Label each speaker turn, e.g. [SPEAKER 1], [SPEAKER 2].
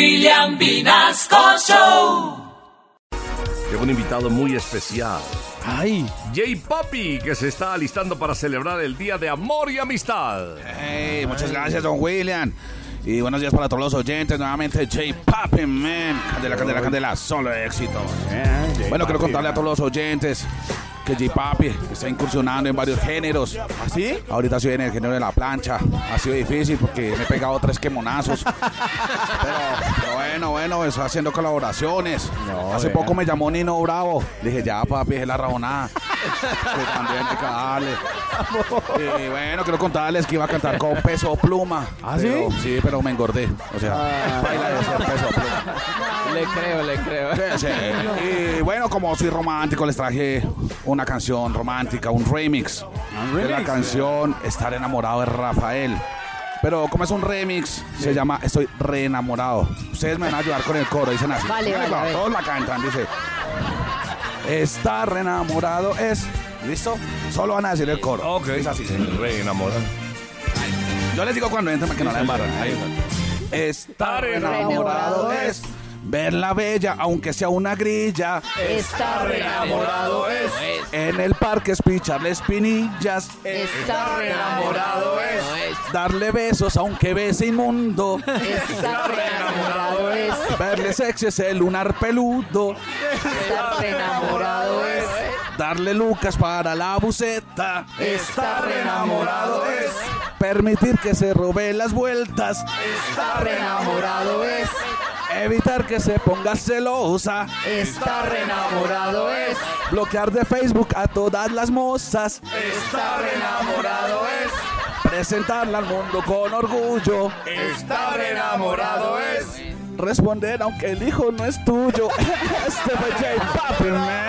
[SPEAKER 1] William Vinasco Show.
[SPEAKER 2] Llevo un invitado muy especial.
[SPEAKER 3] Ay,
[SPEAKER 2] J Papi, que se está alistando para celebrar el Día de Amor y Amistad.
[SPEAKER 3] hey, muchas gracias, don William. Y buenos días para todos los oyentes. Nuevamente, J Poppin, man. Candela, candela, candela. Solo éxitos. Bueno, quiero contarle a todos los oyentes que J Papi está incursionando en varios géneros. ¿Así? Ahorita estoy en el género de la plancha. Ha sido difícil porque me he pegado tres quemonazos. pero, pero bueno, bueno, está haciendo colaboraciones. Hace poco me llamó Nino Bravo. Le dije, ya, papi, es la rabonada. que también hay que darle. Y bueno, quiero contarles que iba a cantar con peso pluma. ¿Ah, sí? Ah. sí, pero me engordé. O sea, baila de ser peso pluma.
[SPEAKER 4] Le creo, le creo.
[SPEAKER 3] Sí, sí. Y bueno, como soy romántico, les traje una canción romántica, un remix. de la canción Estar enamorado de Rafael. Pero como es un remix, se llama Estoy re enamorado. Ustedes me van a ayudar con el coro, dicen así.
[SPEAKER 4] Vale, vale, a ver.
[SPEAKER 3] Todos la cantan, dice. Estar enamorado es. ¿Listo? Solo van a decir el coro.
[SPEAKER 2] Ok.
[SPEAKER 3] Es así.
[SPEAKER 2] Re enamorado.
[SPEAKER 3] Yo les digo cuando entran para que no la embarran. Ahí está. Estar enamorado es verla bella, aunque sea una grilla.
[SPEAKER 4] Está
[SPEAKER 2] Enamorado es.
[SPEAKER 3] En el parque es picharle espinillas.
[SPEAKER 4] Está
[SPEAKER 2] Enamorado es.
[SPEAKER 3] Darle besos aunque bese inmundo.
[SPEAKER 4] Está enamorado es.
[SPEAKER 3] Verle sexy es el lunar peludo.
[SPEAKER 4] Está enamorado es.
[SPEAKER 3] Darle lucas para la buceta.
[SPEAKER 4] Estar enamorado
[SPEAKER 3] es. Permitir que se robe las vueltas.
[SPEAKER 4] Está enamorado es.
[SPEAKER 3] Evitar que se ponga celosa.
[SPEAKER 4] Está enamorado es.
[SPEAKER 3] Bloquear de Facebook a todas las mozas.
[SPEAKER 4] Está enamorado es.
[SPEAKER 3] Presentarla al mundo con orgullo.
[SPEAKER 4] Está enamorado es.
[SPEAKER 3] Responder aunque el hijo no es tuyo. este fue J Papi, man.